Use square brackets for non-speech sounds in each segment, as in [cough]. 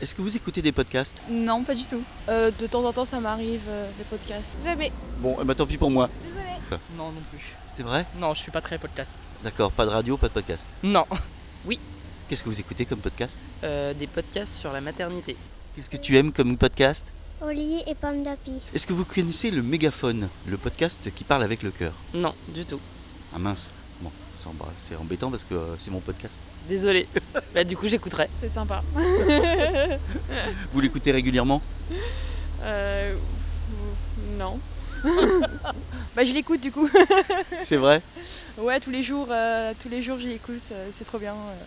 Est-ce que vous écoutez des podcasts Non, pas du tout. Euh, de temps en temps, ça m'arrive euh, des podcasts. Jamais. Bon, eh ben, tant pis pour moi. Non, non plus. C'est vrai Non, je suis pas très podcast. D'accord, pas de radio, pas de podcast. Non. Qu'est-ce que vous écoutez comme podcast Euh, des podcasts sur la maternité. Qu'est-ce que tu aimes comme podcast Oli et pomme d'api. Est-ce que vous connaissez le Mégaphone, le podcast qui parle avec le cœur Non, du tout. Ah mince, bon, c'est emb- c'est embêtant parce que euh, c'est mon podcast. Désolé. [laughs] bah, du coup, j'écouterai. C'est sympa. Vous l'écoutez régulièrement Euh, non. [laughs] bah je l'écoute du [laughs] coup. C'est vrai Ouais, tous les jours, euh, tous les jours j'y écoute, euh, c'est trop bien. euh.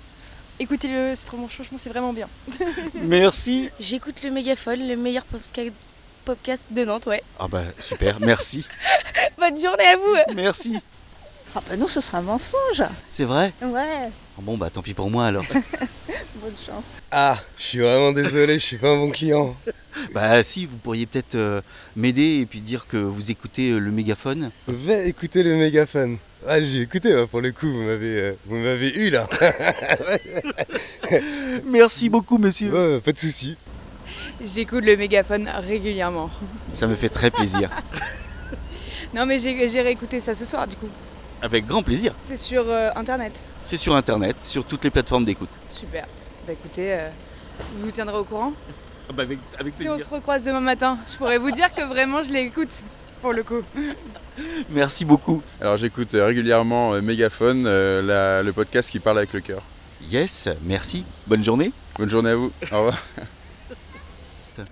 Écoutez-le, c'est trop bon, franchement c'est vraiment bien. [laughs] Merci J'écoute le mégaphone, le meilleur popsca- podcast de Nantes, [laughs] ouais. Ah bah super, merci, Bonne journée à [laughs] vous merci Ah bah non, ce sera un mensonge. C'est vrai Ouais, Ah Bon bah tant pis pour moi alors. bonne chance. Ah, je suis vraiment désolé, je suis pas un bon client. bah si, vous pourriez peut-être euh, m'aider et puis dire que vous écoutez euh, le Mégaphone. Va écouter le mégaphone. Ah, j'ai écouté, bah, pour le coup, vous m'avez, euh, vous m'avez eu là. Merci beaucoup monsieur Ouais, pas de soucis. J'écoute le mégaphone régulièrement. Ça me fait très plaisir. Non mais j'ai réécouté ça ce soir du coup. Avec grand plaisir. C'est sur euh, internet. C'est sur internet, sur toutes les plateformes d'écoute. Super. Bah écoutez, vous vous tiendrez au courant. avec, recroise demain matin, je pourrais vous dire que vraiment je l'écoute pour le coup. Merci beaucoup. Alors j'écoute euh, régulièrement euh, Mégaphone, euh, la- le podcast qui parle avec le cœur. Yes, merci. Bonne journée. Bonne journée à vous. Au revoir.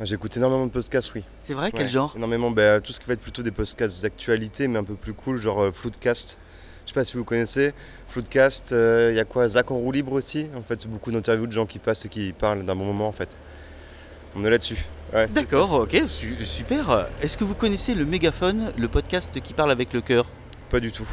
J'écoute énormément de podcasts, oui. C'est vrai, quel Ouais, genre Énormément, bah, tout ce qui va être plutôt des podcasts d'actualité, mais un peu plus cool, genre euh, Floodcast. Je sais pas si vous connaissez. Floodcast, euh, il y a quoi Zach en roue libre aussi. En fait, c'est beaucoup d'interviews de gens qui passent et qui parlent d'un bon moment, en fait. On est là-dessus. Ouais. D'accord, ok, su- super. Est-ce que vous connaissez le Mégaphone, le podcast qui parle avec le cœur Pas du tout.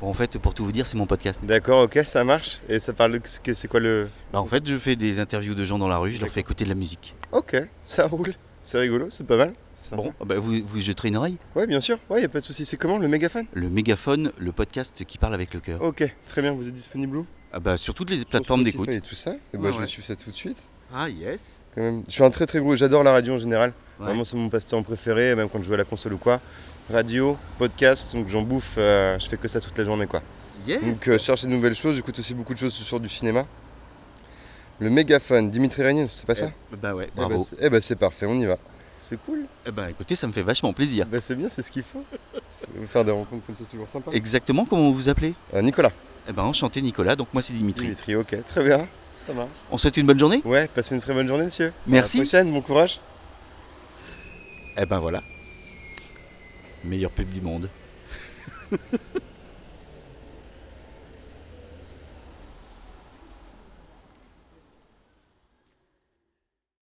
Bon, En fait, pour tout vous dire, c'est mon podcast. D'accord, ok, ça marche. Et ça parle de ce que- c'est quoi le. Bah, en fait, je fais des interviews de gens dans la rue, je leur fais écouter de la musique. Ok, ça roule. C'est rigolo, c'est pas mal. C'est sympa. Bon, bah, vous, vous jeterez une oreille Ouais, bien sûr. Ouais, y a pas de souci. C'est comment le mégaphone Le Mégaphone, le podcast qui parle avec le cœur. Ok, très bien. Vous êtes disponible où Ah bah, sur toutes les plateformes Sur Spotify d'écoute. Et tout ça. Et bah, Ouais, je ouais. vais suivre ça tout de suite. Ah, yes. Quand même. Je suis un très très gros. J'adore la radio en général. Ouais. Vraiment, c'est mon passe-temps préféré, même quand je joue à la console ou quoi. Radio, podcast, donc j'en bouffe. euh, je fais que ça toute la journée, quoi. Yes. Donc, euh, je cherche des nouvelles choses. J'écoute aussi beaucoup de choses sur du cinéma. Le mégaphone, Dimitri Régnier, c'est pas ça Bah ouais, Eh bah, bravo. c'est- Eh bah, c'est parfait, on y va. C'est cool. Eh bah écoutez, ça me fait vachement plaisir. Bah, c'est bien, c'est ce qu'il faut. Faire des rencontres comme ça, c'est toujours sympa. Exactement comment vous vous appelez Euh, Nicolas. Eh ben enchanté Nicolas, donc moi c'est Dimitri. Dimitri, ok, très bien. Ça marche. On souhaite une bonne journée Ouais, passez une très bonne journée, monsieur. Merci. À la prochaine, bon courage. Eh ben voilà. Meilleur pub du monde.